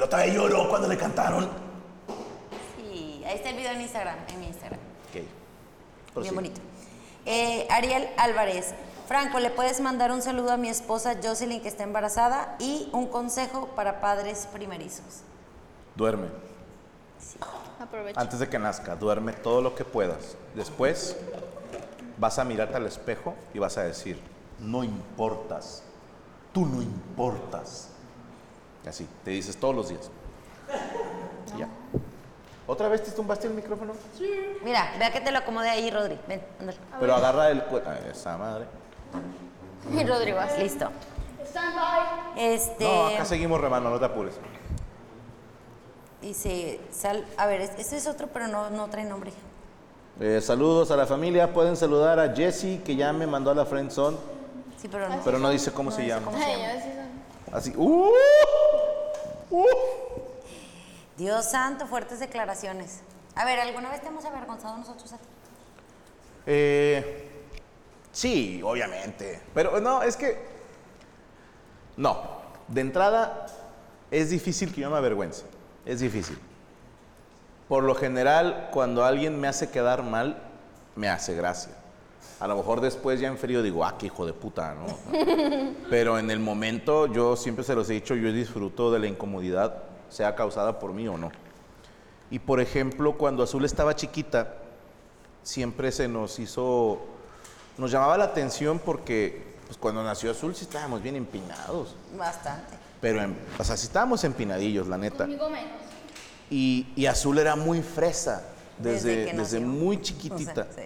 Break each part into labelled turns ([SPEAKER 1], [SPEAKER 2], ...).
[SPEAKER 1] hasta ella lloró cuando le cantaron.
[SPEAKER 2] Sí, ahí está el video en Instagram, en mi Instagram.
[SPEAKER 1] Ok.
[SPEAKER 2] Bien bonito. Eh, Ariel Álvarez. Franco, ¿le puedes mandar un saludo a mi esposa Jocelyn que está embarazada y un consejo para padres primerizos?
[SPEAKER 3] Duerme.
[SPEAKER 4] Aprovecha.
[SPEAKER 3] Antes de que nazca, duerme todo lo que puedas. Después vas a mirarte al espejo y vas a decir, no importas. Tú no importas. Y así, te dices todos los días. Y Ya. ¿Otra vez te tumbaste el micrófono?
[SPEAKER 2] Mira, vea que te lo acomodé ahí, Rodri. Ven, ándale.
[SPEAKER 3] Pero agarra el cuerpo. Esa madre.
[SPEAKER 4] Rodrigo, así.
[SPEAKER 2] Listo. Este.
[SPEAKER 3] No, acá seguimos remando, no te apures.
[SPEAKER 2] Dice, sal, a ver, es- este es otro, pero no, no trae nombre.
[SPEAKER 3] Eh, saludos a la familia. Pueden saludar a Jesse, que ya me mandó a la friendzone,
[SPEAKER 2] Sí, pero no.
[SPEAKER 3] pero no dice cómo se
[SPEAKER 2] dice
[SPEAKER 3] llama.
[SPEAKER 2] cómo se
[SPEAKER 4] Ay,
[SPEAKER 2] llama.
[SPEAKER 4] ya ves eso.
[SPEAKER 3] Así. ¡Uh! ¡Uh!
[SPEAKER 2] Dios santo, fuertes declaraciones. A ver, ¿alguna vez te hemos avergonzado nosotros a ti?
[SPEAKER 3] Eh, sí, obviamente. Pero no, es que. No. De entrada, es difícil que yo me avergüence. Es difícil. Por lo general, cuando alguien me hace quedar mal, me hace gracia. A lo mejor después ya en frío digo, ah, qué hijo de puta, ¿no? Pero en el momento, yo siempre se los he dicho, yo disfruto de la incomodidad, sea causada por mí o no. Y por ejemplo, cuando Azul estaba chiquita, siempre se nos hizo, nos llamaba la atención porque pues, cuando nació Azul sí estábamos bien empinados,
[SPEAKER 2] Bastante.
[SPEAKER 3] pero en, o sea, sí estábamos empinadillos, la neta.
[SPEAKER 4] Conmigo menos.
[SPEAKER 3] Y, y Azul era muy fresa desde,
[SPEAKER 2] que
[SPEAKER 3] desde,
[SPEAKER 2] nació.
[SPEAKER 3] muy
[SPEAKER 2] O sea,
[SPEAKER 3] chiquitita.
[SPEAKER 2] sí.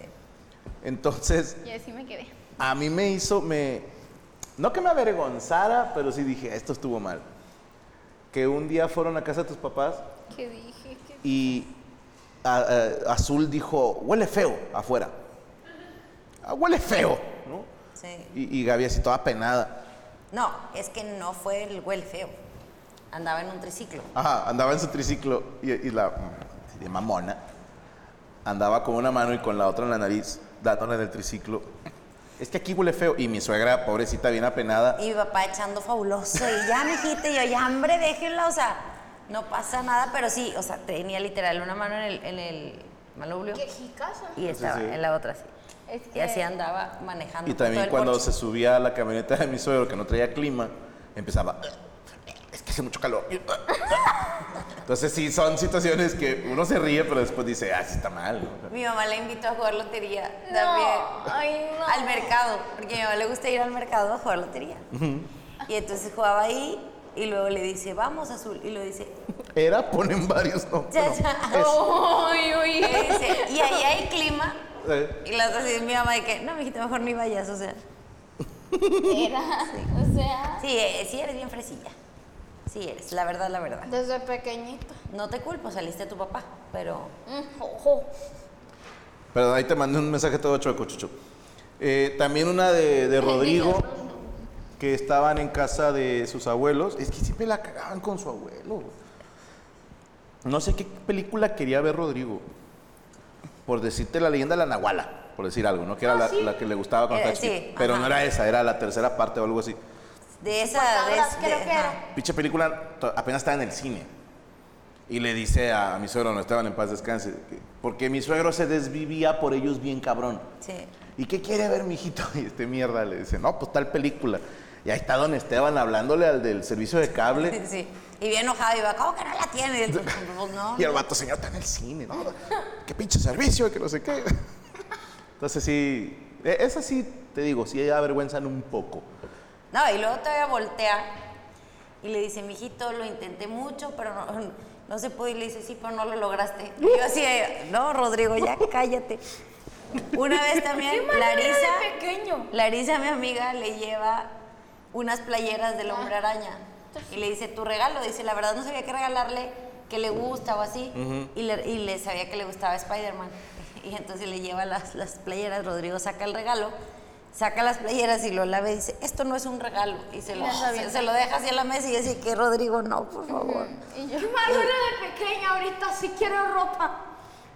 [SPEAKER 3] Entonces,
[SPEAKER 4] Y así me quedé.
[SPEAKER 3] a mí me hizo, me, no que me avergonzara, pero sí dije, esto estuvo mal. Que un día fueron a casa de tus papás
[SPEAKER 4] ¿Qué dije? ¿Qué-
[SPEAKER 3] y a- a- Azul dijo, huele feo afuera. "Ah, huele feo, ¿no?
[SPEAKER 2] Sí.
[SPEAKER 3] Y, y Gaby así toda penada.
[SPEAKER 2] No, es que no fue el güey feo. Andaba en un triciclo.
[SPEAKER 3] Ajá, andaba en su triciclo y, y la de mamona andaba con una mano y con la otra en la nariz, dándole del triciclo. Es que aquí huele feo. Y mi suegra, pobrecita, bien apenada.
[SPEAKER 2] Y mi papá echando fabuloso. Y ya, mijita, y yo, ya, hombre, déjenla. O sea, no pasa nada, pero sí, o sea, tenía literal una mano en el, en el manubrio
[SPEAKER 4] ¿Qué jicazo?
[SPEAKER 2] y estaba
[SPEAKER 3] sí.
[SPEAKER 2] en la otra así.
[SPEAKER 4] Es
[SPEAKER 2] Y así
[SPEAKER 4] que-
[SPEAKER 2] andaba manejando.
[SPEAKER 3] Y
[SPEAKER 2] por todo
[SPEAKER 3] también
[SPEAKER 2] el
[SPEAKER 3] cuando
[SPEAKER 2] porche.
[SPEAKER 3] se subía a la camioneta de mi suegro, que no traía clima, empezaba. Es que hace mucho calor. Entonces, sí, son situaciones que uno se ríe, pero después dice, ah, sí está mal. ¿no?
[SPEAKER 2] Mi mamá la invitó a jugar lotería
[SPEAKER 4] No,
[SPEAKER 2] también.
[SPEAKER 4] ay, no.
[SPEAKER 2] Al mercado, porque a mi mamá le gusta ir al mercado a jugar lotería. Y entonces jugaba ahí y luego le dice, vamos azul. Y lo dice,
[SPEAKER 3] Era, ponen varios nombres.
[SPEAKER 2] ya, ya.
[SPEAKER 4] Ay,
[SPEAKER 2] Y
[SPEAKER 4] uy.
[SPEAKER 2] le dice, y ahí hay clima.
[SPEAKER 3] Eh.
[SPEAKER 2] Y la otra dice, mi mamá, de que, no, mijita, mejor ni vayas, o sea.
[SPEAKER 4] Era. O sea,
[SPEAKER 2] Sí, eh, sí eres bien fresilla. Sí eres, la verdad, la verdad.
[SPEAKER 4] desde pequeñito.
[SPEAKER 2] No te culpo, saliste a tu papá, pero...
[SPEAKER 4] Mm, ojo.
[SPEAKER 3] Perdón, ahí te mandé un mensaje todo chueco, chucho. Eh, también una de, de Rodrigo, que estaban en casa de sus abuelos. Es que siempre la cagaban con su abuelo. No sé qué película quería ver Rodrigo. Por decirte la leyenda de la Nahuala, por decir algo, ¿no? Que era la, la que le gustaba cuando
[SPEAKER 2] Ah, Eh,
[SPEAKER 3] estaba
[SPEAKER 2] sí,
[SPEAKER 3] chiquito. Pero
[SPEAKER 2] ajá.
[SPEAKER 3] no era esa, era la tercera parte o algo así.
[SPEAKER 2] De esa... De,
[SPEAKER 4] Macabras,
[SPEAKER 2] de-
[SPEAKER 4] creo Pues que era.
[SPEAKER 2] ajá.
[SPEAKER 3] Picha película to- apenas estaba en el cine. Y le dice a mi suegro, no estaban en paz descanse, que- porque mi suegro se desvivía por ellos bien cabrón.
[SPEAKER 2] Sí.
[SPEAKER 3] ¿Y qué quiere ver, mijito? Y este mierda le dice, no, pues tal película. Y ahí está don Esteban hablándole al del servicio de cable.
[SPEAKER 2] Sí. Y bien enojado, y va, ¿cómo que no la tiene? Y el- pues, no.
[SPEAKER 3] Y el vato, señor, está en el cine, ¿no? Qué pinche servicio, que no sé qué. Entonces sí, e- esa sí, te digo, sí avergüenzan un poco.
[SPEAKER 2] No, y luego todavía voltea y le dice, mijito, lo intenté mucho, pero no, no se pudo. Y le dice, sí, pero no lo lograste. Y yo así, de, no, Rodrigo, ya cállate. Una vez también, Larisa,
[SPEAKER 4] de pequeño.
[SPEAKER 2] Larisa, mi amiga, le lleva unas playeras del hombre
[SPEAKER 4] Ah.
[SPEAKER 2] araña. Y le dice, tu regalo. Dice, la verdad no sabía qué regalarle, que le gusta o así. y, le, y le sabía que le gustaba Spider-Man. Y entonces le lleva las, las playeras. Rodrigo saca el regalo, saca las playeras y lo lave y dice, esto no es un regalo. Y se lo,
[SPEAKER 4] las
[SPEAKER 2] se,
[SPEAKER 4] avienta.
[SPEAKER 2] se lo deja así en la mesa y yo así, que Rodrigo, no, por favor.
[SPEAKER 4] Y yo. Qué malo era de pequeña, ahorita sí quiero ropa.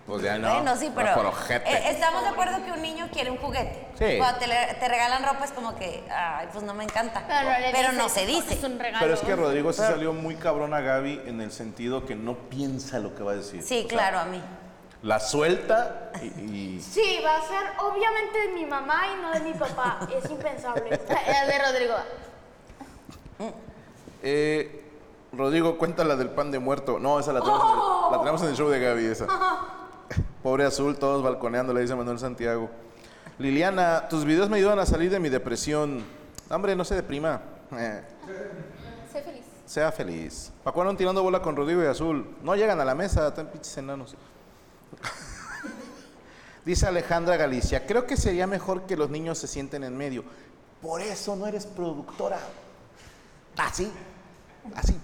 [SPEAKER 3] Pues ya no.
[SPEAKER 2] Bueno, sí, pero.
[SPEAKER 3] por ojete.
[SPEAKER 2] eh, estamos de acuerdo que un niño quiere un juguete.
[SPEAKER 3] Sí.
[SPEAKER 2] Cuando te, le- te regalan ropa es como que, ay, pues no me encanta.
[SPEAKER 4] Pero no, le
[SPEAKER 2] Pero no
[SPEAKER 4] dices,
[SPEAKER 2] se dice.
[SPEAKER 4] Es un regalo.
[SPEAKER 3] Pero es que Rodrigo sí salió muy cabrón a Gaby en el sentido que no piensa lo que va a decir.
[SPEAKER 2] Sí,
[SPEAKER 3] O sea,
[SPEAKER 2] claro, a mí.
[SPEAKER 3] La suelta y. y-
[SPEAKER 1] Sí, va a ser obviamente de mi mamá y no de mi papá. es impensable.
[SPEAKER 4] Es Ah, de Rodrigo.
[SPEAKER 3] Eh, Rodrigo, cuenta la del pan de muerto. No, esa la tenemos, en el- la tenemos en el show de Gaby, esa. Pobre azul, todos balconeando, le dice Manuel Santiago. Liliana, tus videos me ayudan a salir de mi depresión. Hombre, no se deprima. Eh,
[SPEAKER 4] Sé feliz.
[SPEAKER 3] sea feliz. ¿Para cuándo un tirando bola con Rodrigo y Azul? No llegan a la mesa, están pinches enanos. Dice Alejandra Galicia, creo que sería mejor que los niños se sienten en medio. Por eso no eres productora. Así, así.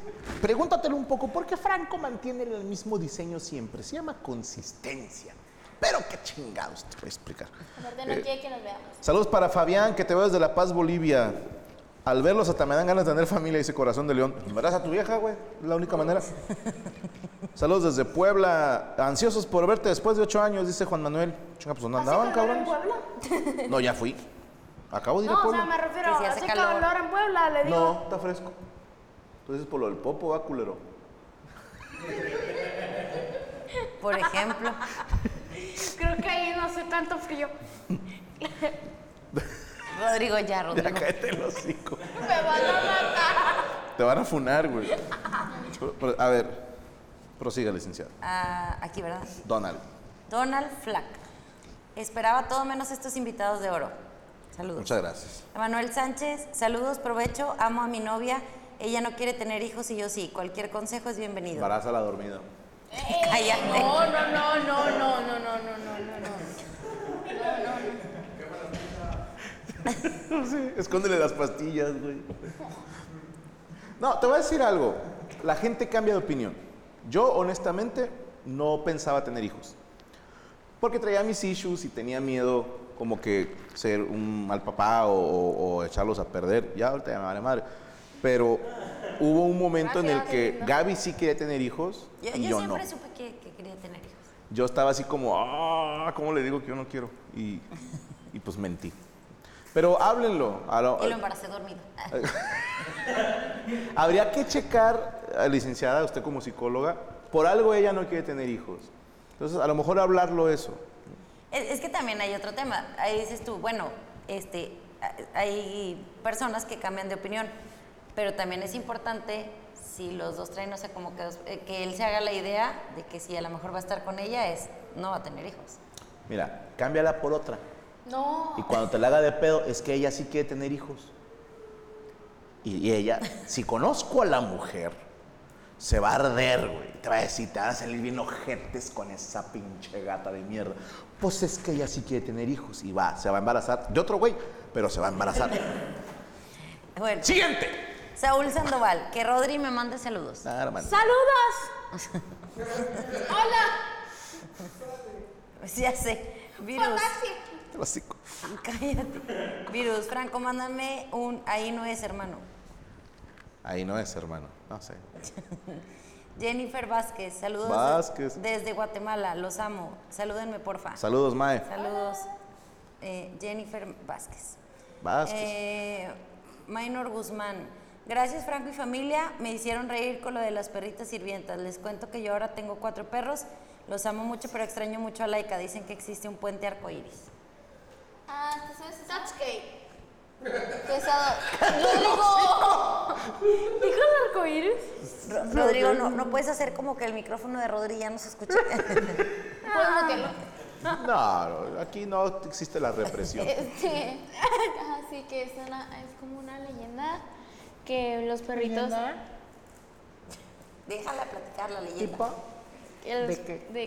[SPEAKER 3] Pregúntatelo un poco, porque Franco mantiene el mismo diseño siempre. Se llama consistencia. Pero qué chingados, te voy a explicar.
[SPEAKER 4] Aparte, no quiere que nos veamos.
[SPEAKER 3] Saludos para Fabián, que te veo desde La Paz, Bolivia. Al verlos hasta me dan ganas de tener familia, dice Corazón de León. Verás a tu vieja, güey. Es la única manera. Saludos desde Puebla. Ansiosos por verte después de ocho años, dice Juan Manuel. Chinga, pues ¿dónde andaban,
[SPEAKER 1] ¿Hace calor en
[SPEAKER 3] cabrones?
[SPEAKER 1] Puebla?
[SPEAKER 3] No, ya fui. Acabo de ir a
[SPEAKER 1] No, o
[SPEAKER 3] Puebla.
[SPEAKER 1] sea, me refiero,
[SPEAKER 2] Que si hace
[SPEAKER 1] hace
[SPEAKER 2] calor.
[SPEAKER 1] calor. en Puebla, le digo.
[SPEAKER 3] No, está fresco. Entonces por lo del popo, va, culero.
[SPEAKER 2] Por ejemplo.
[SPEAKER 1] Creo que ahí no hace tanto frío.
[SPEAKER 2] Rodrigo ya,
[SPEAKER 3] Ya
[SPEAKER 2] Rodrigo.
[SPEAKER 3] cállate el hocico.
[SPEAKER 4] Me van a matar.
[SPEAKER 3] Te van a funar, güey. A ver, prosiga, licenciado.
[SPEAKER 2] Ah, aquí, ¿verdad?
[SPEAKER 3] Donald.
[SPEAKER 2] Donald Flack. Esperaba todo menos estos invitados de oro. Saludos.
[SPEAKER 3] Muchas gracias.
[SPEAKER 2] Manuel Sánchez, saludos, provecho, amo a mi novia. Ella no quiere tener hijos y yo sí. Cualquier consejo es bienvenido.
[SPEAKER 3] Embaraza la dormida.
[SPEAKER 2] Cállate.
[SPEAKER 4] No, no, no, no, no, no, no, no, no, no, no.
[SPEAKER 3] Sí, escóndele las pastillas, güey. No, te voy a decir algo. La gente cambia de opinión. Yo, honestamente, no pensaba tener hijos. Porque traía mis issues y tenía miedo como que ser un mal papá o, o- o echarlos a perder. Ya ahorita ya me vale madre. Pero hubo un momento en el
[SPEAKER 4] Gracias,
[SPEAKER 3] que
[SPEAKER 4] lindo.
[SPEAKER 3] Gaby sí quería tener hijos
[SPEAKER 2] Yo,
[SPEAKER 3] y
[SPEAKER 2] yo
[SPEAKER 3] yo no.
[SPEAKER 2] siempre supe que, que quería tener hijos.
[SPEAKER 3] Yo estaba así como, ah, ¿cómo le digo que yo no quiero? Y, y pues mentí. Pero háblenlo. A lo-
[SPEAKER 2] Y lo embaracé dormido.
[SPEAKER 3] Habría que checar, eh, licenciada, usted como psicóloga, por algo ella no quiere tener hijos. Entonces, a lo mejor hablarlo eso.
[SPEAKER 2] Es, es que también hay otro tema. Ahí dices tú, bueno, este, a- hay personas que cambian de opinión, pero también es importante si los dos traen, no sé, como que, dos- eh, que él se haga la idea de que si a lo mejor va a estar con ella es no va a tener hijos.
[SPEAKER 3] Mira, cámbiala por otra.
[SPEAKER 4] No.
[SPEAKER 3] Y cuando te la haga de pedo, es que ella sí quiere tener hijos. Y, y ella, si conozco a la mujer, se va a arder, güey. Te va a decir, te van a salir bien ojetes con esa pinche gata de mierda. Pues es que ella sí quiere tener hijos. Y va, se va a embarazar de otro güey, pero se va a embarazar.
[SPEAKER 2] Bueno,
[SPEAKER 3] ¡Siguiente!
[SPEAKER 2] Saúl Sandoval, que Rodri me mande saludos.
[SPEAKER 3] Nah, hermano.
[SPEAKER 1] ¡Saludos!
[SPEAKER 4] Hola.
[SPEAKER 2] Ya sé, virus.
[SPEAKER 4] Hola,
[SPEAKER 3] Clásico.
[SPEAKER 2] Cállate. Virus, Franco, mándame un. Ahí no es, hermano.
[SPEAKER 3] Ahí no es, hermano. No sé.
[SPEAKER 2] Jennifer Vázquez, saludos.
[SPEAKER 3] Vázquez.
[SPEAKER 2] Desde Guatemala, los amo. Salúdenme, porfa.
[SPEAKER 3] Saludos, Mae.
[SPEAKER 2] Saludos. Eh, Jennifer Vázquez.
[SPEAKER 3] Vázquez.
[SPEAKER 2] Eh, Maynor Guzmán. Gracias, Franco y familia. Me hicieron reír con lo de las perritas sirvientas. Les cuento que yo ahora tengo cuatro perros. Los amo mucho, pero extraño mucho a Laika. Dicen que existe un puente arcoíris.
[SPEAKER 4] Ah, ¿te sabes esa? Pesado. Rodrigo.
[SPEAKER 1] ¿Dijo el arcoíris?
[SPEAKER 2] Ro- Rodrigo, no, no puedes hacer como que el micrófono de Rodri ya no se escucha.
[SPEAKER 4] Puedo meterlo.
[SPEAKER 3] No, no, aquí no existe la represión.
[SPEAKER 4] Este, así que es, una, es como una leyenda que los perritos...
[SPEAKER 2] Déjala platicar la leyenda.
[SPEAKER 4] que los-
[SPEAKER 2] ¿De qué?
[SPEAKER 4] De,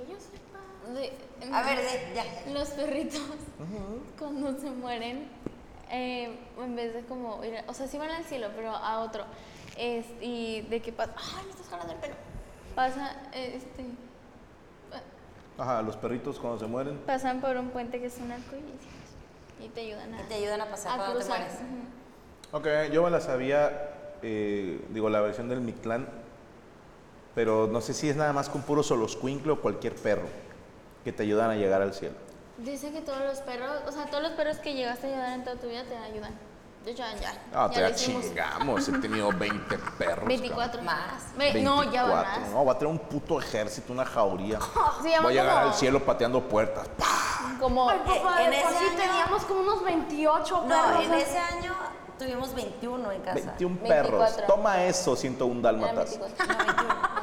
[SPEAKER 1] Ellos
[SPEAKER 4] de-
[SPEAKER 2] A ver, de- mm, ya.
[SPEAKER 4] Los perritos cuando se mueren, eh, en vez de como ir, a- o sea, sí van al cielo, pero a otro. Es, y de que pasa, ay, me estás jalando el pelo. Pasa, eh, este,
[SPEAKER 3] Ajá, los perritos cuando se mueren.
[SPEAKER 4] pasan por un puente que es un arcoíris y te ayudan
[SPEAKER 2] Y
[SPEAKER 4] a,
[SPEAKER 2] te ayudan a pasar
[SPEAKER 4] a
[SPEAKER 2] cuando te
[SPEAKER 4] cruzar.
[SPEAKER 2] mueres.
[SPEAKER 4] Ujú.
[SPEAKER 3] Ok, yo me la sabía, eh, digo, la versión del Mictlán, Pero no sé si es nada más con puro soloscuincle o cualquier perro que te ayudan a llegar al cielo.
[SPEAKER 4] Dice que todos los perros, o sea, todos los perros que llegaste a ayudar en toda tu vida te ayudan. De hecho, ya.
[SPEAKER 3] Ah,
[SPEAKER 4] ya
[SPEAKER 3] te
[SPEAKER 4] lo
[SPEAKER 3] la
[SPEAKER 4] hicimos.
[SPEAKER 3] chingamos. He tenido 20 perros.
[SPEAKER 4] 24
[SPEAKER 2] Más.
[SPEAKER 4] Ve-
[SPEAKER 3] cabrón.
[SPEAKER 4] Eh, No, ya va
[SPEAKER 3] 24,
[SPEAKER 4] más.
[SPEAKER 3] No, va a tener un puto ejército, una jauría.
[SPEAKER 4] Se llama
[SPEAKER 3] Voy a llegar
[SPEAKER 4] como-
[SPEAKER 3] al cielo pateando puertas.
[SPEAKER 4] Como.
[SPEAKER 1] Ay, papá,
[SPEAKER 2] eh, en
[SPEAKER 1] de por
[SPEAKER 2] ese
[SPEAKER 1] sí
[SPEAKER 2] año-
[SPEAKER 1] teníamos como unos 28
[SPEAKER 2] No,
[SPEAKER 1] perros.
[SPEAKER 2] en ese año tuvimos 21 en casa.
[SPEAKER 3] 21
[SPEAKER 4] 24.
[SPEAKER 3] perros. Toma eso, 101
[SPEAKER 4] Eran
[SPEAKER 3] dálmatas.
[SPEAKER 4] 24.
[SPEAKER 2] No, 21.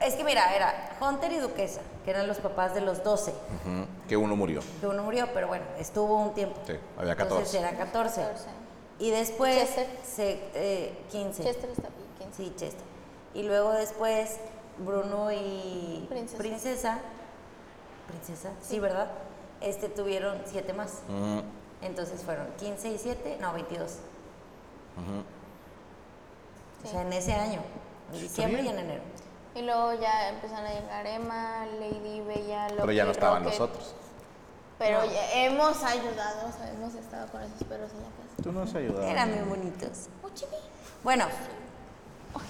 [SPEAKER 2] Es que mira, era Hunter y Duquesa, que eran los papás de los 12,
[SPEAKER 3] Ujú, Que uno murió.
[SPEAKER 2] que uno murió, pero bueno, estuvo un tiempo.
[SPEAKER 3] Sí, había
[SPEAKER 2] Entonces
[SPEAKER 3] 14.
[SPEAKER 2] era 14.
[SPEAKER 4] 14.
[SPEAKER 2] Y después,
[SPEAKER 4] Chester.
[SPEAKER 2] se- eh, 15.
[SPEAKER 4] Chester está aquí, 15.
[SPEAKER 2] Sí, Chester. Y luego después, Bruno y
[SPEAKER 4] Princesa.
[SPEAKER 2] Princesa, Princesa, sí, ¿verdad? Este tuvieron 7 más.
[SPEAKER 3] Ujú.
[SPEAKER 2] Entonces fueron 15 y 7, no, 22. O sea, en ese año, en diciembre y
[SPEAKER 3] bien.
[SPEAKER 2] en enero.
[SPEAKER 4] Y luego ya empezaron a llegar Emma, Lady Bella, Loki,
[SPEAKER 3] Pero ya no estaban
[SPEAKER 4] Rocket.
[SPEAKER 3] nosotros.
[SPEAKER 4] Pero ya hemos ayudado, o sea, hemos estado con esos perros en la casa.
[SPEAKER 3] Tú nos ayudaste.
[SPEAKER 2] Eran muy bonitos. Bueno,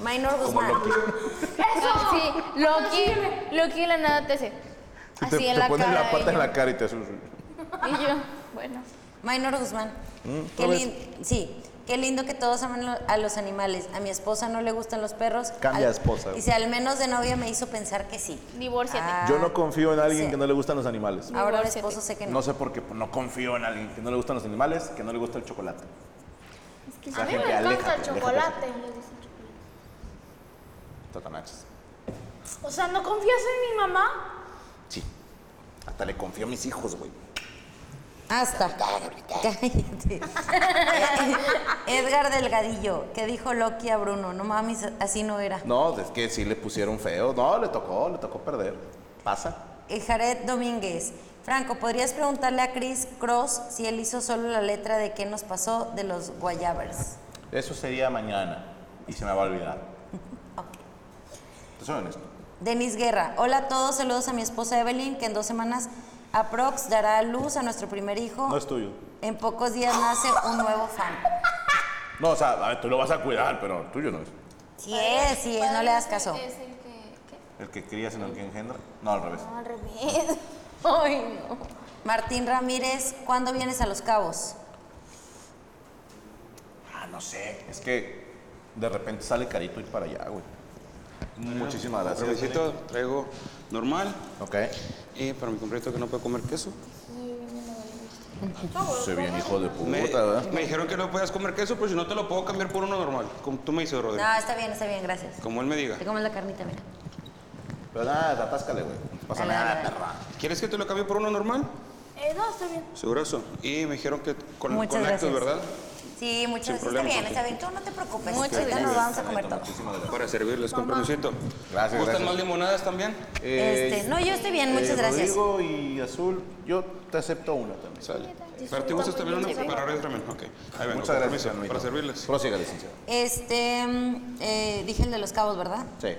[SPEAKER 2] Minor
[SPEAKER 3] Como
[SPEAKER 2] Guzmán.
[SPEAKER 3] Loki.
[SPEAKER 4] Ah, Sí, Loki, Loki de la nada te hace.
[SPEAKER 3] Sí,
[SPEAKER 4] Así
[SPEAKER 3] te
[SPEAKER 4] en
[SPEAKER 3] te
[SPEAKER 4] la
[SPEAKER 3] ponen
[SPEAKER 4] cara.
[SPEAKER 3] la pata
[SPEAKER 4] y,
[SPEAKER 3] en la
[SPEAKER 4] yo-
[SPEAKER 3] cara y te asustan.
[SPEAKER 4] y yo, bueno.
[SPEAKER 2] Minor Guzmán.
[SPEAKER 3] Mm,
[SPEAKER 2] Qué
[SPEAKER 3] otra vez.
[SPEAKER 2] lin- Sí, qué lindo que todos aman lo- a los animales. A mi esposa no le gustan los perros.
[SPEAKER 3] Cambia
[SPEAKER 2] Al-
[SPEAKER 3] de esposa.
[SPEAKER 2] Dice, al menos de novia me hizo pensar que sí.
[SPEAKER 4] Divórciate.
[SPEAKER 2] Ah,
[SPEAKER 3] Yo no confío en alguien
[SPEAKER 2] sí.
[SPEAKER 3] que no le gustan los animales.
[SPEAKER 2] Ahora el
[SPEAKER 4] Divórciate.
[SPEAKER 2] esposo sé que no.
[SPEAKER 3] No sé por qué, pues, no confío en alguien que no le gustan los animales, que no le gusta el chocolate.
[SPEAKER 1] a mí me encanta el chocolate.
[SPEAKER 3] Tatanachas.
[SPEAKER 1] O sea, ¿no confías en mi mamá?
[SPEAKER 3] Sí. Hasta le confío a mis hijos, güey.
[SPEAKER 2] Hasta. Ah, Cállate. Edgar Delgadillo, ¿qué dijo Loki a Bruno? No mames, así no era.
[SPEAKER 3] No, es que sí le pusieron feo. No, le tocó, le tocó perder. Pasa.
[SPEAKER 2] Eh, Jared Domínguez. Franco, ¿podrías preguntarle a Chris Cross si él hizo solo la letra de qué nos pasó de los Guayabers?
[SPEAKER 3] Eso sería mañana y se me va a olvidar.
[SPEAKER 2] Ok.
[SPEAKER 3] Te soy honesto.
[SPEAKER 2] Denis Guerra. Hola a todos, saludos a mi esposa Evelyn, que en dos semanas aprox dará a luz a nuestro primer hijo.
[SPEAKER 3] No es tuyo.
[SPEAKER 2] En pocos días nace un nuevo fan.
[SPEAKER 3] No, o sea, a ver, tú lo vas a cuidar, pero tuyo no es.
[SPEAKER 2] Sí es, sí es, no le das caso.
[SPEAKER 4] Es el que. ¿Qué?
[SPEAKER 3] El que crías en el que engendra. No, al revés.
[SPEAKER 4] No, al revés. Ay, no.
[SPEAKER 2] Martín Ramírez, ¿cuándo vienes a Los Cabos?
[SPEAKER 3] Ah, no sé. Es que de repente sale carito ir para allá, güey. Muchísimas gracias.
[SPEAKER 5] Provechito, traigo normal.
[SPEAKER 3] Ok.
[SPEAKER 5] Y para mi completo que no puedo comer queso.
[SPEAKER 3] Se viene hijo de puta,
[SPEAKER 5] Me,
[SPEAKER 3] ¿verdad?
[SPEAKER 5] me dijeron que no podías comer queso, pero si no te lo puedo cambiar por uno normal. Como tú me dices, Rodrigo.
[SPEAKER 2] No, está bien, está bien, gracias.
[SPEAKER 5] Como él me diga.
[SPEAKER 2] Te comes la carnita, mira.
[SPEAKER 3] Pero nada, atáscale, güey. No pasa
[SPEAKER 2] Dale,
[SPEAKER 3] nada,
[SPEAKER 2] dale, dale.
[SPEAKER 3] perra.
[SPEAKER 5] ¿Quieres que te lo cambie por uno normal?
[SPEAKER 1] Eh, no, estoy bien.
[SPEAKER 5] Segurazo. Y me dijeron que con,
[SPEAKER 2] Muchas
[SPEAKER 5] con
[SPEAKER 2] gracias.
[SPEAKER 5] lácteos, ¿verdad?
[SPEAKER 2] Sí,
[SPEAKER 5] Sin
[SPEAKER 2] muchas gracias. Está
[SPEAKER 5] problema,
[SPEAKER 2] bien,
[SPEAKER 5] Jorge.
[SPEAKER 2] está bien. Tú no te preocupes.
[SPEAKER 4] Muchas
[SPEAKER 2] Ahorita nos
[SPEAKER 4] gracias.
[SPEAKER 2] vamos a comer todo.
[SPEAKER 3] Muchísimas gracias.
[SPEAKER 5] Para servirles con permisito.
[SPEAKER 3] Gracias,
[SPEAKER 5] ¿Gustan
[SPEAKER 3] gracias.
[SPEAKER 5] más limonadas también?
[SPEAKER 2] Este, no, yo estoy bien, muchas gracias.
[SPEAKER 3] Eh, Rodrigo y Azul, yo te acepto una también.
[SPEAKER 5] Sale. Pero te gustas también una para Rodrigo también. Ok. Ahí vengo,
[SPEAKER 3] Muchas
[SPEAKER 5] con
[SPEAKER 3] gracias,
[SPEAKER 5] permiso,
[SPEAKER 3] hermanito.
[SPEAKER 5] Para servirles.
[SPEAKER 3] Prosiga, licenciado.
[SPEAKER 2] Este, mm, eh, dije el de los cabos, ¿verdad?
[SPEAKER 3] Sí.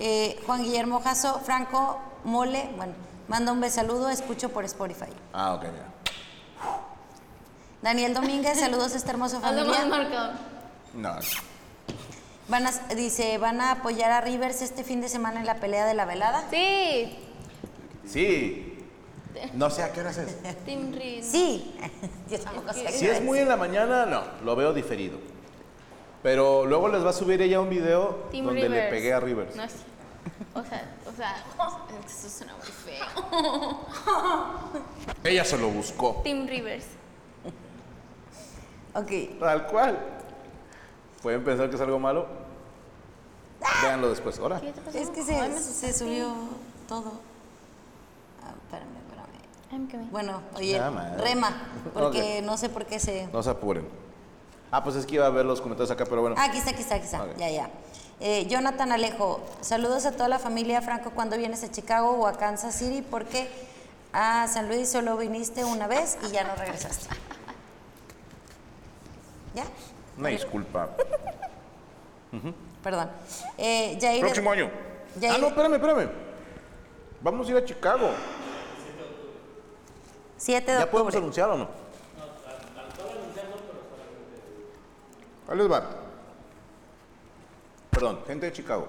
[SPEAKER 2] Eh, Juan Guillermo Jasso, Franco Mole, bueno, manda un besaludo, escucho por Spotify.
[SPEAKER 3] Ah, ok, mira.
[SPEAKER 2] Daniel Domínguez, saludos a esta hermosa
[SPEAKER 4] Ando más
[SPEAKER 2] familia.
[SPEAKER 4] marcado.
[SPEAKER 3] No.
[SPEAKER 2] Van a, dice, van a apoyar a Rivers este fin de semana en la pelea de la velada.
[SPEAKER 4] Sí,
[SPEAKER 3] Sí. No sé a qué horas es.
[SPEAKER 4] Tim Reed.
[SPEAKER 2] Sí. Yo tampoco sé.
[SPEAKER 3] Si es muy en la mañana, no, lo veo diferido. Pero luego les va a subir ella un video
[SPEAKER 4] Team
[SPEAKER 3] donde le
[SPEAKER 4] Rivers.
[SPEAKER 3] pegué a Rivers.
[SPEAKER 4] No es O sea, o sea, eso suena muy feo.
[SPEAKER 3] Ella se lo buscó.
[SPEAKER 4] Tim Rivers.
[SPEAKER 2] Ok.
[SPEAKER 3] Tal cual. Pueden pensar que es algo malo. Véanlo después. Ahora.
[SPEAKER 4] ¿Qué te pasó?
[SPEAKER 2] Es que
[SPEAKER 4] Pues Ay,
[SPEAKER 2] se,
[SPEAKER 4] me
[SPEAKER 2] se
[SPEAKER 4] asustaste.
[SPEAKER 2] subió todo. Ah, espérame, espérame.
[SPEAKER 4] Ay, me quemé.
[SPEAKER 2] Bueno, oye,
[SPEAKER 3] Ah, madre.
[SPEAKER 2] rema, porque
[SPEAKER 3] Ok.
[SPEAKER 2] no sé por qué se...
[SPEAKER 3] No se apuren. Ah, pues es que iba a ver los comentarios acá, pero bueno.
[SPEAKER 2] Ah, aquí está, aquí está, aquí está.
[SPEAKER 3] Ok.
[SPEAKER 2] Ya, ya. Eh, Jonathan Alejo, saludos a toda la familia. Franco, ¿cuándo vienes a Chicago o a Kansas City? Porque a San Luis solo viniste una vez y ya no regresaste. ¿Ya?
[SPEAKER 3] Una disculpa.
[SPEAKER 2] Perdón. Eh, Jair-
[SPEAKER 3] Próximo año.
[SPEAKER 2] Ya
[SPEAKER 3] Ah,
[SPEAKER 2] ir-
[SPEAKER 3] no, espérame, espérame. Vamos a ir a Chicago.
[SPEAKER 2] 7 de
[SPEAKER 3] ¿Ya podemos
[SPEAKER 2] octubre.
[SPEAKER 3] anunciar o no? Ahí les va. Perdón, gente de Chicago.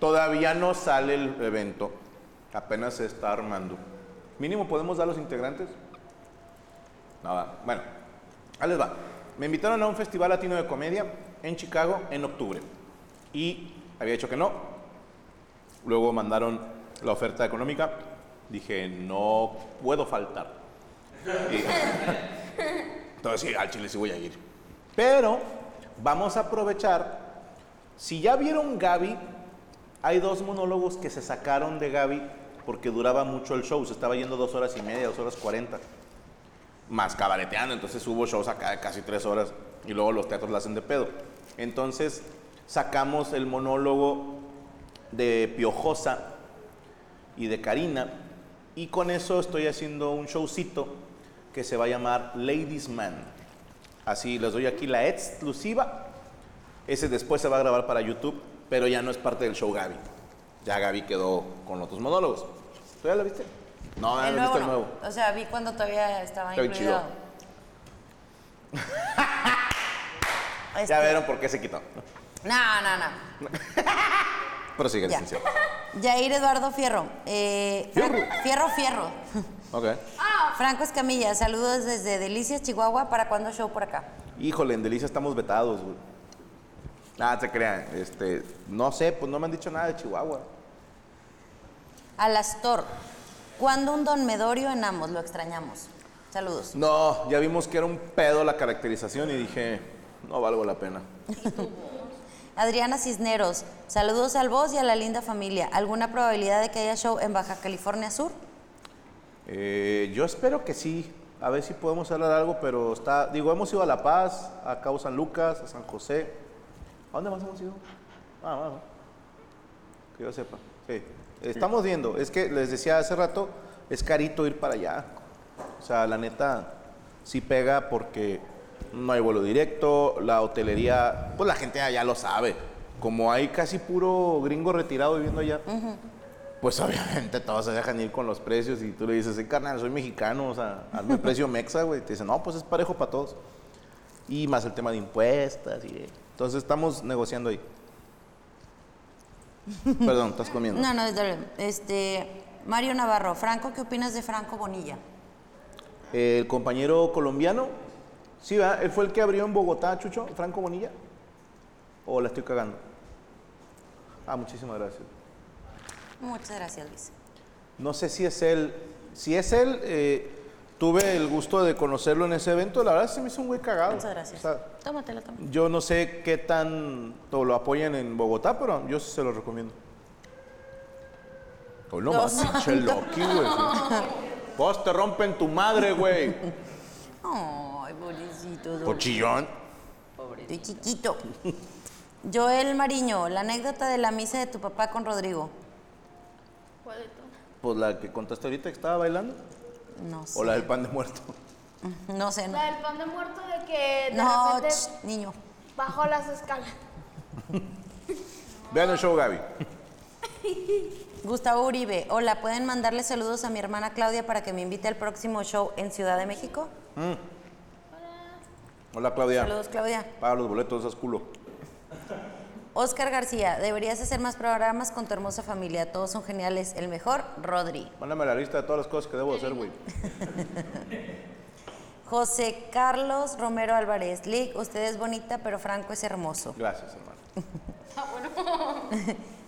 [SPEAKER 3] Todavía no sale el evento. Apenas se está armando. Mínimo, ¿podemos dar los integrantes? Nada. Bueno, ahí les va. Me invitaron a un festival latino de comedia en Chicago en octubre. Y había dicho que no. Luego mandaron la oferta económica. Dije, no puedo faltar. Y- entonces, sí, al Chile sí voy a ir. Pero vamos a aprovechar si ya vieron Gaby, hay dos monólogos que se sacaron de Gaby porque duraba mucho el show. Se estaba yendo dos horas y media, dos horas cuarenta. Más cabareteando, entonces hubo shows acá de casi tres horas y luego los teatros la hacen de pedo. Entonces sacamos el monólogo de Piojosa y de Karina y con eso estoy haciendo un showcito que se va a llamar Ladies Man. Así les doy aquí la exclusiva. Ese después se va a grabar para YouTube, pero ya no es parte del show Gaby. Ya Gaby quedó con otros monólogos. ¿Tú ya lo viste? No, no, no he
[SPEAKER 2] El nuevo
[SPEAKER 3] visto el
[SPEAKER 2] no.
[SPEAKER 3] nuevo.
[SPEAKER 2] O sea, vi cuando todavía estaba
[SPEAKER 3] Está bien
[SPEAKER 2] incluido. Este,
[SPEAKER 3] Ya vieron por qué se quitó.
[SPEAKER 2] No, no, no.
[SPEAKER 3] Pero sigue,
[SPEAKER 2] Ya.
[SPEAKER 3] licenciado.
[SPEAKER 2] Jair Eduardo Fierro. eh, Fran- Fierro, Fierro.
[SPEAKER 3] Ok.
[SPEAKER 2] Franco Escamilla, saludos desde Delicias, Chihuahua. ¿Para cuándo show por acá?
[SPEAKER 3] Híjole, en Delicia estamos vetados, güey. Ah, se crean. Este, no sé, pues no me han dicho nada de Chihuahua.
[SPEAKER 2] Alastor, ¿cuándo un don Medorio en ambos? Lo extrañamos. Saludos.
[SPEAKER 3] No, ya vimos que era un pedo la caracterización y dije, no valgo la pena.
[SPEAKER 2] Adriana Cisneros, saludos al vos y a la linda familia. ¿Alguna probabilidad de que haya show en Baja California Sur?
[SPEAKER 3] Eh, yo espero que sí. A ver si podemos hablar algo, pero está. Digo, hemos ido a La Paz, a Cabo San Lucas, a San José. ¿A dónde más hemos ido? Ah, bueno. Que yo sepa. Sí. Estamos viendo. Es que les decía hace rato, es carito ir para allá. O sea, la neta, sí pega porque no hay vuelo directo, la hotelería. Pues la gente allá lo sabe. Como hay casi puro gringo retirado viviendo allá pues obviamente todos se dejan ir con los precios y tú le dices, sí, carnal, soy mexicano, o sea, hazme precio mexa, güey. Y Te dicen, no, pues es parejo para todos. Y más el tema de impuestas y de- Entonces estamos negociando ahí. Perdón, estás comiendo.
[SPEAKER 2] No, no, es de- este Mario Navarro, Franco, ¿qué opinas de Franco Bonilla?
[SPEAKER 3] El compañero colombiano, sí, ¿verdad? Él fue el que abrió en Bogotá, Chucho, Franco Bonilla. ¿O la estoy cagando? Ah, muchísimas gracias.
[SPEAKER 2] Muchas gracias, Luis.
[SPEAKER 3] No sé si es él. Si es él, eh, tuve el gusto de conocerlo en ese evento. La verdad se me hizo un güey cagado.
[SPEAKER 2] Muchas gracias.
[SPEAKER 3] O sea,
[SPEAKER 2] Tómatelo, tómatelo.
[SPEAKER 3] yo no sé qué tanto lo apoyan en Bogotá, pero yo sí se lo recomiendo. Hoy no
[SPEAKER 2] Dios
[SPEAKER 3] más, pinche Loki, güey. Vos te rompen tu madre, güey.
[SPEAKER 2] Ay, pobrecito. don-
[SPEAKER 3] Cochillón.
[SPEAKER 2] De chiquito. Joel Mariño, la anécdota de la misa de tu papá con Rodrigo.
[SPEAKER 4] ¿Cuál de todas?
[SPEAKER 3] Pues la que contaste ahorita que estaba bailando.
[SPEAKER 2] No sé.
[SPEAKER 3] O la del pan de muerto.
[SPEAKER 2] No sé, no.
[SPEAKER 1] La del pan de muerto de que de
[SPEAKER 2] No,
[SPEAKER 1] repente
[SPEAKER 2] ch, niño.
[SPEAKER 1] bajó las escalas.
[SPEAKER 3] Vean el show, Gaby.
[SPEAKER 2] Gustavo Uribe, hola, ¿pueden mandarle saludos a mi hermana Claudia para que me invite al próximo show en Ciudad de México?
[SPEAKER 3] Hola, Claudia.
[SPEAKER 2] Saludos, Claudia.
[SPEAKER 3] Paga los boletos, esas culo.
[SPEAKER 2] Oscar García, deberías hacer más programas con tu hermosa familia. Todos son geniales. El mejor, Rodri.
[SPEAKER 3] Mándame la lista de todas las cosas que debo hacer, güey.
[SPEAKER 2] José Carlos Romero Álvarez, Lick, usted es bonita, pero Franco es hermoso.
[SPEAKER 3] Gracias, hermano.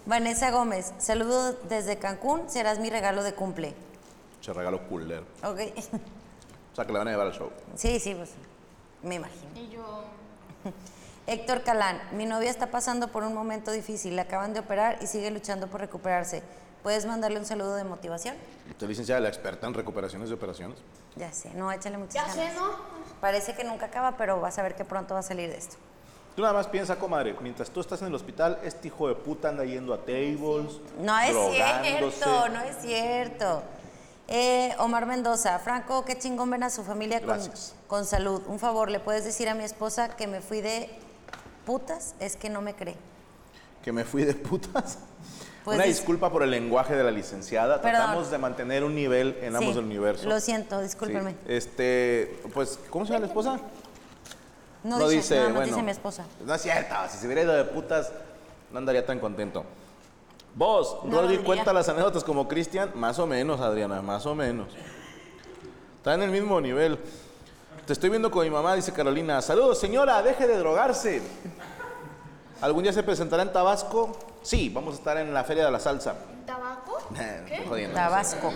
[SPEAKER 2] Vanessa Gómez, saludos desde Cancún, serás mi regalo de cumple.
[SPEAKER 3] Se regaló culero.
[SPEAKER 2] Ok.
[SPEAKER 3] O sea, que le van a llevar al show.
[SPEAKER 2] Sí, sí, pues me imagino.
[SPEAKER 4] Y yo,
[SPEAKER 2] Héctor Calán, mi novia está pasando por un momento difícil, la acaban de operar y sigue luchando por recuperarse. ¿Puedes mandarle un saludo de motivación?
[SPEAKER 3] Usted licenciada, la experta en recuperaciones de operaciones.
[SPEAKER 2] Ya sé, no, échale
[SPEAKER 1] Ya
[SPEAKER 2] muchísimas
[SPEAKER 1] sé, ¿no?
[SPEAKER 2] Parece que nunca acaba, pero vas a ver que pronto va a salir de esto.
[SPEAKER 3] Tú nada más piensa, comadre, mientras tú estás en el hospital, este hijo de puta anda yendo a tables.
[SPEAKER 2] No es
[SPEAKER 3] drogándose.
[SPEAKER 2] cierto, no es cierto. Eh, Omar Mendoza, Franco, qué chingón ven a su familia con,
[SPEAKER 3] Gracias.
[SPEAKER 2] con salud. Un favor, ¿le puedes decir a mi esposa que me fui de putas? Es que no me cree.
[SPEAKER 3] Que me fui de putas.
[SPEAKER 2] Pues
[SPEAKER 3] Una
[SPEAKER 2] dis-
[SPEAKER 3] disculpa por el lenguaje de la licenciada.
[SPEAKER 2] Perdón.
[SPEAKER 3] Tratamos de mantener un nivel en ambos
[SPEAKER 2] Sí,
[SPEAKER 3] del universo.
[SPEAKER 2] Lo siento,
[SPEAKER 3] Sí.
[SPEAKER 2] discúlpenme.
[SPEAKER 3] Este, pues, ¿cómo se llama la esposa?
[SPEAKER 2] No, dice, nada más dice mi esposa.
[SPEAKER 3] No es cierto, si se hubiera ido de putas, no andaría tan contento. Vos,
[SPEAKER 2] No
[SPEAKER 3] Rodri,
[SPEAKER 2] lo
[SPEAKER 3] cuenta
[SPEAKER 2] diría.
[SPEAKER 3] las anécdotas como Cristian. Más o menos, Adriana, más o menos. Está en el mismo nivel. Te estoy viendo con mi mamá, dice Carolina. Saludos, señora, deje de drogarse. ¿Algún día se presentará en Tabasco? Sí, vamos a estar en la Feria de la Salsa.
[SPEAKER 1] ¿Tabaco?
[SPEAKER 3] Estoy jodiendo.
[SPEAKER 2] Tabasco.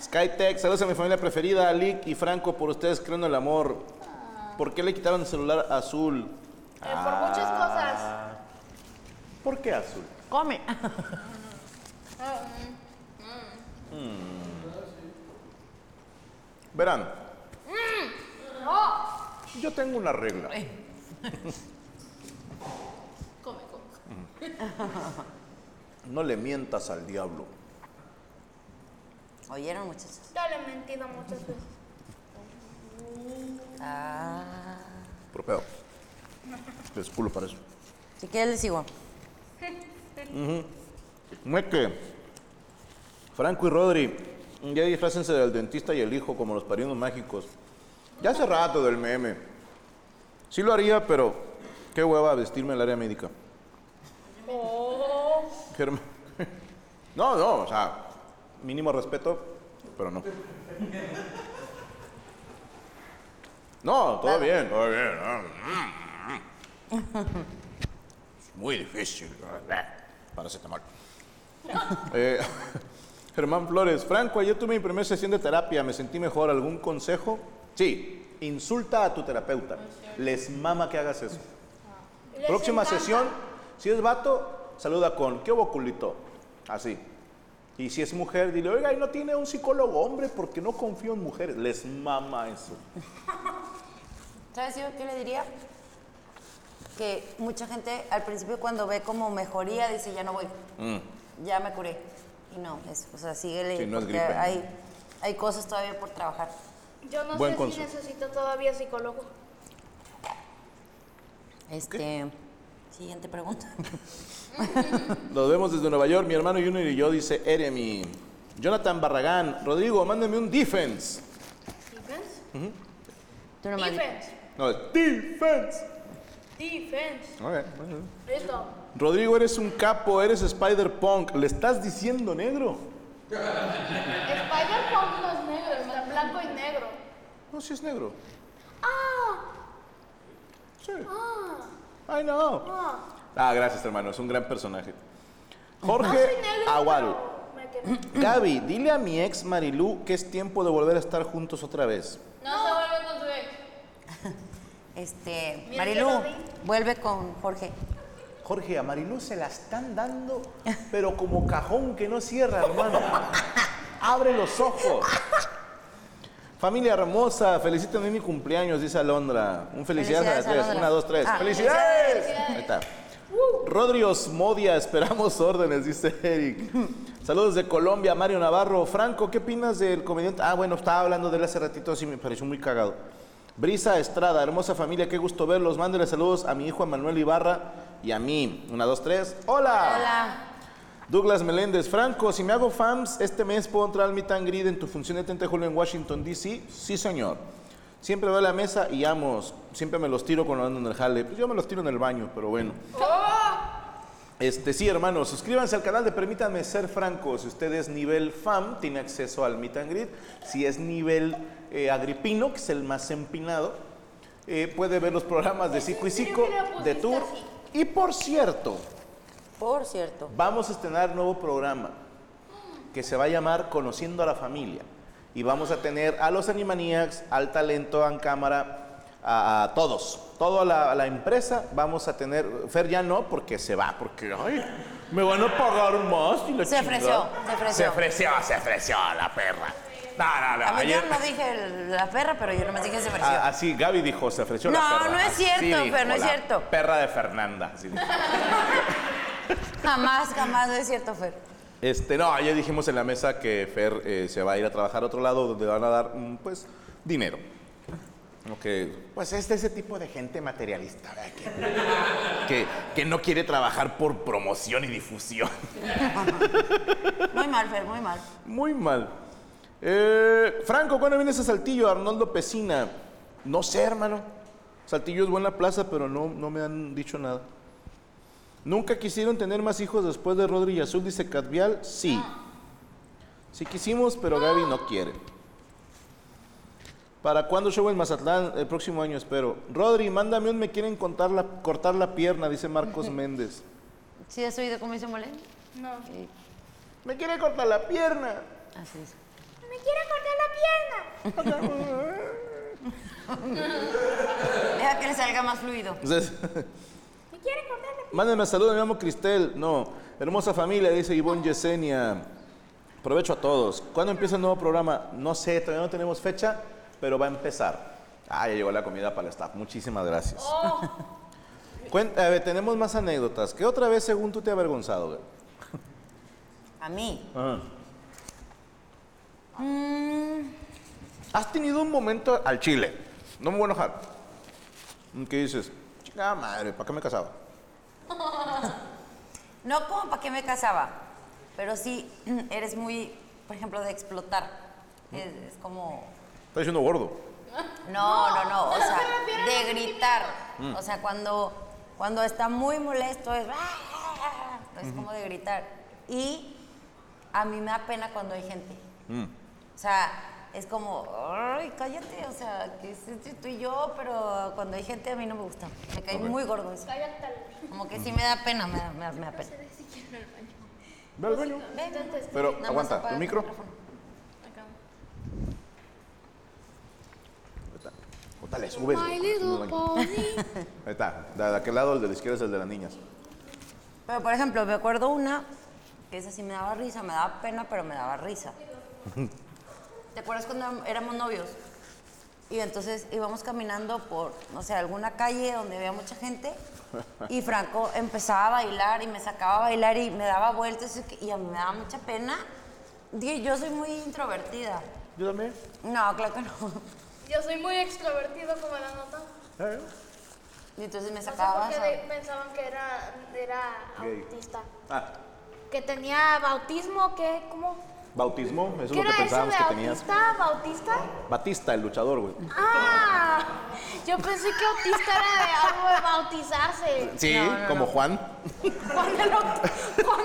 [SPEAKER 3] Skytech, saludos a mi familia preferida, Lick y Franco, por ustedes creo en el amor. ¿Por qué le quitaron el celular a azul?
[SPEAKER 1] Eh, por
[SPEAKER 3] Ah.
[SPEAKER 1] muchas cosas.
[SPEAKER 3] ¿Por qué azul?
[SPEAKER 2] Come.
[SPEAKER 3] Hmm. Verán,
[SPEAKER 1] No.
[SPEAKER 3] yo tengo una regla.
[SPEAKER 4] Come, come.
[SPEAKER 3] No le mientas al diablo.
[SPEAKER 2] ¿Oyeron, muchachos?
[SPEAKER 1] Yo le he mentido muchas veces.
[SPEAKER 2] Ah.
[SPEAKER 3] Propeo. Es culo para eso.
[SPEAKER 2] Si quieres, les sigo.
[SPEAKER 3] Mueque. Franco y Rodri, ya disfrácense del dentista y el hijo como los parinos mágicos. Ya hace rato del meme. Sí lo haría, pero qué hueva vestirme en el área médica.
[SPEAKER 1] Oh.
[SPEAKER 3] Germ- No, no, o sea, mínimo respeto, pero no. No, todo bien, todo bien. Es muy difícil. Paracetamol. Eh, Germán Flores, Franco, ayer tuve mi primera sesión de terapia, me sentí mejor. ¿Algún consejo? Sí, insulta a tu terapeuta. Les mama que hagas eso.
[SPEAKER 1] Ah. Les
[SPEAKER 3] Próxima
[SPEAKER 1] encanta.
[SPEAKER 3] sesión, si es vato, saluda con ¿qué hubo culito? Así. Y si es mujer, dile, oiga, y no tiene un psicólogo hombre porque no confío en mujeres. Les mama eso.
[SPEAKER 2] ¿Sabes yo qué le diría? Que mucha gente al principio cuando ve como mejoría dice, ya no voy,
[SPEAKER 1] Mm.
[SPEAKER 2] ya me curé. Y no, es, o sea, síguele.
[SPEAKER 3] Sí, no es
[SPEAKER 2] porque
[SPEAKER 3] gripe.
[SPEAKER 2] Hay, hay cosas todavía por trabajar.
[SPEAKER 1] Yo no
[SPEAKER 3] Buen
[SPEAKER 1] sé
[SPEAKER 3] consejo.
[SPEAKER 1] si necesito todavía psicólogo.
[SPEAKER 2] Este, siguiente pregunta.
[SPEAKER 3] Nos vemos desde Nueva York. Mi hermano Junior y yo, dice Eremi. Jonathan Barragán, Rodrigo, mándame un defense.
[SPEAKER 1] Defense.
[SPEAKER 2] Tú nomás di-
[SPEAKER 1] Defense.
[SPEAKER 3] No, es defense.
[SPEAKER 1] Defense.
[SPEAKER 3] Ok, bueno.
[SPEAKER 1] Listo.
[SPEAKER 3] Rodrigo, eres un capo, eres Spider-Punk. ¿Le estás diciendo negro?
[SPEAKER 1] Spider-Punk no es negro, está blanco y negro.
[SPEAKER 3] No, si es negro.
[SPEAKER 1] Ah,
[SPEAKER 3] Sí.
[SPEAKER 1] ah,
[SPEAKER 3] I know.
[SPEAKER 1] ah.
[SPEAKER 3] Ah, gracias, hermano. Es un gran personaje.
[SPEAKER 1] No
[SPEAKER 3] Jorge
[SPEAKER 1] soy negro.
[SPEAKER 3] ah, Aguado.
[SPEAKER 1] pero me quemé.
[SPEAKER 3] Gaby, dile a mi ex Marilú que es tiempo de volver a estar juntos otra vez.
[SPEAKER 4] No se vuelve con tu ex.
[SPEAKER 2] Este,
[SPEAKER 1] Mira,
[SPEAKER 2] Marilu,
[SPEAKER 1] ya lo vi.
[SPEAKER 2] vuelve con Jorge.
[SPEAKER 3] Jorge, a Marilú se la están dando, pero como cajón que no cierra, hermano. Abre los ojos. Familia hermosa, felicítenme mi cumpleaños, dice Alondra. Un felicidades,
[SPEAKER 2] Felicidades,
[SPEAKER 3] a las tres.
[SPEAKER 2] Alondra.
[SPEAKER 3] Una, dos, tres.
[SPEAKER 2] Ah,
[SPEAKER 3] ¡Felicidades! Ahí está. Rodri Osmodia, esperamos órdenes, dice Eric. Saludos de Colombia, Mario Navarro. Franco, ¿qué opinas del comediante? Ah, bueno, estaba hablando de él hace ratito, así me pareció muy cagado. Brisa Estrada, hermosa familia, qué gusto verlos. Mándele saludos a mi hijo Manuel Ibarra y a mí. Una, dos, tres. ¡Hola!
[SPEAKER 1] Ah.
[SPEAKER 2] Hola.
[SPEAKER 3] Douglas Meléndez, Franco, si me hago fans, este mes puedo entrar al meet and greet en tu función de 30 de julio en Washington, D.C. Sí, señor. Siempre voy a la mesa y amos. Siempre me los tiro cuando ando en el jale. Pues yo me los tiro en el baño, pero bueno. Este, sí, hermanos, suscríbanse al canal de Permítanme Ser Franco. Si usted es nivel FAM, tiene acceso al meet and greet. Si es nivel eh, agripino, que es el más empinado, eh, puede ver los programas de Psico y Psico, de Tour. Y por cierto,
[SPEAKER 2] Por cierto.
[SPEAKER 3] Vamos a estrenar nuevo programa que se va a llamar Conociendo a la Familia. Y vamos a tener a los Animaniacs, al talento, a cámara, a, a todos. Toda la, la empresa vamos a tener. Fer ya no, porque se va, porque ay, me van a pagar más. y la
[SPEAKER 2] Se ofreció,
[SPEAKER 3] chingada.
[SPEAKER 2] se ofreció.
[SPEAKER 3] Se ofreció, se ofreció la perra. No, no, no,
[SPEAKER 2] A mí yo
[SPEAKER 3] ayer-
[SPEAKER 2] no dije el- la perra, pero yo no me dije se ofreció.
[SPEAKER 3] Ah, Así, Gaby dijo, se ofreció la
[SPEAKER 2] No,
[SPEAKER 3] perra.
[SPEAKER 2] no es
[SPEAKER 3] Así
[SPEAKER 2] cierto,
[SPEAKER 3] dijo
[SPEAKER 2] Fer, no es
[SPEAKER 3] la
[SPEAKER 2] cierto.
[SPEAKER 3] Perra de Fernanda. así dijo.
[SPEAKER 2] Jamás, jamás, no es cierto, Fer.
[SPEAKER 3] Este, no, ayer dijimos en la mesa que Fer eh, se va a ir a trabajar a otro lado donde van a dar, mm, pues, dinero. Okay. Pues es de ese tipo de gente materialista, ¿verdad? Que, que, que no quiere trabajar por promoción y difusión.
[SPEAKER 2] Muy mal, Fer, muy mal.
[SPEAKER 3] Muy mal. Eh, Franco, ¿cuándo vienes a Saltillo? Arnoldo Pesina. No sé, hermano. Saltillo es buena plaza, pero no, no me han dicho nada. Nunca quisieron tener más hijos después de Rodri y Azul, dice Cadvial. Sí. Sí quisimos, pero Gaby no quiere. ¿Para cuándo show en Mazatlán? El próximo año, espero. Rodri, mándame un me quieren contar la- cortar la pierna, dice Marcos Méndez.
[SPEAKER 2] ¿Sí has oído cómo dice Molén?
[SPEAKER 1] No.
[SPEAKER 2] Eh,
[SPEAKER 3] ¡Me quiere cortar la pierna!
[SPEAKER 2] Así es.
[SPEAKER 1] Me quiere cortar la pierna.
[SPEAKER 2] Deja que le salga más fluido.
[SPEAKER 3] Entonces,
[SPEAKER 1] Me quiere cortar la
[SPEAKER 3] Mándenme saludos, me llamo Cristel. No, hermosa familia, dice Ivonne Yesenia. Provecho a todos. ¿Cuándo empieza el nuevo programa? No sé, todavía no tenemos fecha, pero va a empezar. Ah, ya llegó la comida para el staff. Muchísimas gracias.
[SPEAKER 1] Oh,
[SPEAKER 3] Cuen- a ver, tenemos más anécdotas. ¿Qué otra vez, según tú, te ha avergonzado? güey?
[SPEAKER 2] A mí. Mm,
[SPEAKER 3] Has tenido un momento al chile. No me voy a enojar. ¿Qué dices? Chica madre, ¿para qué me casaba?
[SPEAKER 2] No como para qué me casaba, pero sí eres muy, por ejemplo, de explotar. Es, es como...
[SPEAKER 3] Estás diciendo gordo.
[SPEAKER 2] No, no, no, o
[SPEAKER 1] se
[SPEAKER 2] sea,
[SPEAKER 1] refiere a los
[SPEAKER 2] de gritar. O sea, cuando, cuando está muy molesto es... Es como de gritar. Y a mí me da pena cuando hay gente.
[SPEAKER 3] Mm.
[SPEAKER 2] O sea, es como, ay, cállate, o sea, que es entre tú y yo, pero cuando hay gente a mí no me gusta. Me cae muy gordo eso. Como que sí me da pena, me da, me da- me da pena.
[SPEAKER 3] Ve al baño. Pero,
[SPEAKER 2] Nada más
[SPEAKER 3] aguanta,
[SPEAKER 2] apaga
[SPEAKER 3] ¿tu
[SPEAKER 2] el
[SPEAKER 3] micro?
[SPEAKER 2] micrófono.
[SPEAKER 3] Júntale, súbele.
[SPEAKER 4] My
[SPEAKER 3] Hazme
[SPEAKER 4] little
[SPEAKER 3] el baño.
[SPEAKER 4] pony.
[SPEAKER 3] Ahí está, de, de aquel lado el de la izquierda es el de las niñas.
[SPEAKER 2] Pero, por ejemplo, me acuerdo una que esa sí me daba risa, me daba pena, pero me daba risa. ¿Te acuerdas cuando éramos- éramos novios? Y entonces íbamos caminando por, no sé, alguna calle donde había mucha gente y Franco empezaba a bailar y me sacaba a bailar y me daba vueltas y que- y a mí me daba mucha pena. Digo, Yo soy muy introvertida.
[SPEAKER 3] Yo también.
[SPEAKER 2] No, claro que no.
[SPEAKER 1] Yo soy muy extrovertido como la nota.
[SPEAKER 2] Y entonces me
[SPEAKER 1] No sé por
[SPEAKER 2] sacaba.
[SPEAKER 1] qué
[SPEAKER 2] ¿sabes?
[SPEAKER 1] de- pensaban que era, era
[SPEAKER 3] Gay.
[SPEAKER 1] autista.
[SPEAKER 3] Ah,
[SPEAKER 1] Que tenía bautismo, ¿qué? ¿Cómo?
[SPEAKER 3] bautismo, eso es
[SPEAKER 1] ¿Qué
[SPEAKER 3] lo que
[SPEAKER 1] era eso
[SPEAKER 3] pensábamos
[SPEAKER 1] de
[SPEAKER 3] que tenías.
[SPEAKER 1] autista? ¿Bautista?
[SPEAKER 3] Batista, el luchador, güey.
[SPEAKER 1] ¡Ah! Yo pensé que autista era de algo de bautizarse.
[SPEAKER 4] eh.
[SPEAKER 3] Sí, como Juan.
[SPEAKER 1] Juan, el aut- Juan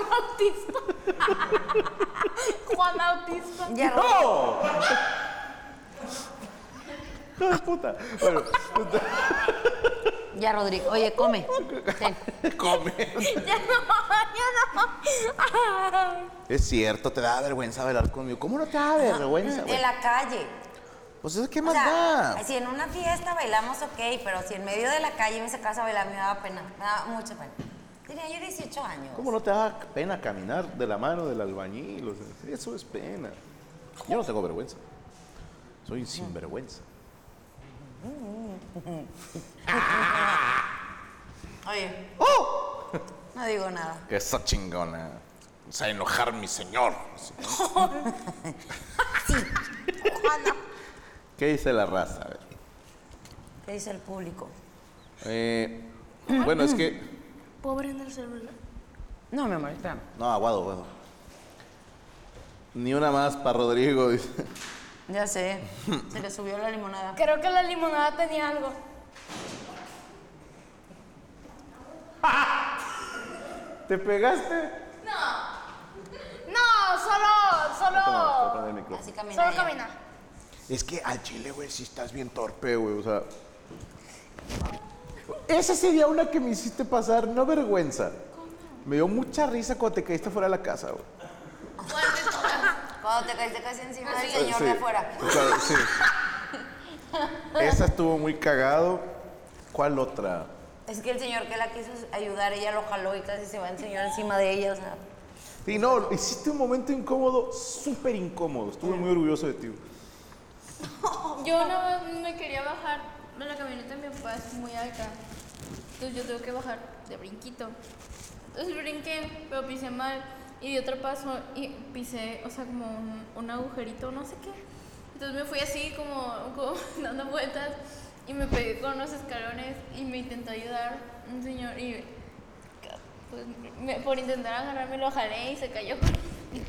[SPEAKER 1] Bautista. Juan Bautista.
[SPEAKER 2] Ya Rodrigo,
[SPEAKER 3] ¡No! ¡Hijo de puta! Bueno,
[SPEAKER 2] ya Rodrigo. Oye, come. Ten.
[SPEAKER 3] come.
[SPEAKER 1] Ya no, ya no.
[SPEAKER 3] Es cierto, te da vergüenza bailar conmigo. ¿Cómo no te da vergüenza,
[SPEAKER 2] De
[SPEAKER 3] güey?
[SPEAKER 2] la calle.
[SPEAKER 3] Pues es que
[SPEAKER 2] O
[SPEAKER 3] más
[SPEAKER 2] sea,
[SPEAKER 3] da.
[SPEAKER 2] si en una fiesta bailamos, ok, pero si en medio de la calle me sacas a bailar, me daba pena, me daba mucha pena. Tenía yo 18 años.
[SPEAKER 3] ¿Cómo no te da pena caminar de la mano del albañil? O sea, eso es pena. Yo no tengo vergüenza. Soy sinvergüenza.
[SPEAKER 2] Oye,
[SPEAKER 3] ¡Oh!
[SPEAKER 2] no digo nada.
[SPEAKER 3] Esa chingona. Se va a enojar mi señor. ¿Qué dice la raza? A ver.
[SPEAKER 2] ¿Qué dice el público?
[SPEAKER 3] Eh, bueno, es que.
[SPEAKER 1] Pobre en el celular.
[SPEAKER 2] No, mi amor, espérame.
[SPEAKER 3] No, aguado, aguado. Ni una más para Rodrigo. dice.
[SPEAKER 2] Ya sé, se le subió la limonada.
[SPEAKER 1] Creo que la limonada tenía algo.
[SPEAKER 3] ¿Te pegaste?
[SPEAKER 1] No, solo,
[SPEAKER 3] Toma,
[SPEAKER 1] solo,
[SPEAKER 3] toma el micrófono.
[SPEAKER 2] Así camina.
[SPEAKER 1] solo
[SPEAKER 2] ella.
[SPEAKER 1] camina.
[SPEAKER 3] Es que al chile, güey, si estás bien torpe, güey. O sea. Esa sería una que me hiciste pasar, no vergüenza. Me dio mucha risa cuando te caíste fuera de la casa, güey.
[SPEAKER 2] Cuando te caíste casi encima del
[SPEAKER 3] Eh,
[SPEAKER 2] señor
[SPEAKER 3] sí.
[SPEAKER 2] de afuera.
[SPEAKER 3] O sea, sí. Esa estuvo muy cagado. ¿Cuál otra?
[SPEAKER 2] Es que el señor que la quiso ayudar, ella lo jaló y casi se va el señor encima de ella, o sea.
[SPEAKER 3] Sí, no, hiciste un momento incómodo, súper incómodo. Estuve muy orgulloso de ti.
[SPEAKER 4] Yo no me quería bajar de la camioneta, mi papá es muy alta. Entonces yo tuve que bajar de brinquito. Entonces brinqué, pero pisé mal. Y di otro paso y pisé, o sea, como un, un agujerito, no sé qué. Entonces me fui así como, como dando vueltas y me pegué con unos escalones y me intentó ayudar un señor y pues, me- por intentar agarrarme lo jalé y se cayó.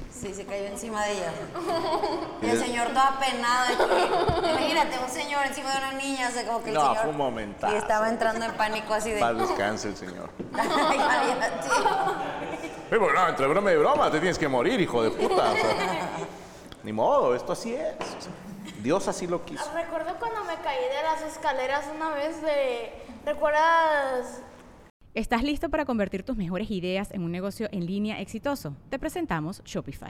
[SPEAKER 2] Sí, se cayó encima de ella. Y
[SPEAKER 3] Y
[SPEAKER 2] el
[SPEAKER 3] de-
[SPEAKER 2] señor todo apenado. de que, Imagínate, un señor encima de una niña, o sea, como que el
[SPEAKER 3] No,
[SPEAKER 2] señor...
[SPEAKER 3] fue un momentazo.
[SPEAKER 2] Y estaba entrando en pánico así de...
[SPEAKER 3] Paz descanse el señor.
[SPEAKER 2] Sí.
[SPEAKER 3] Eh, bueno, entre broma y broma, te tienes que morir, hijo de puta. o sea. ni modo, esto así es. o sea, Dios así lo quiso.
[SPEAKER 1] Recuerdo cuando me caí de las escaleras una vez de... ¿Recuerdas?
[SPEAKER 6] ¿Estás listo para convertir tus mejores ideas en un negocio en línea exitoso? Te presentamos Shopify.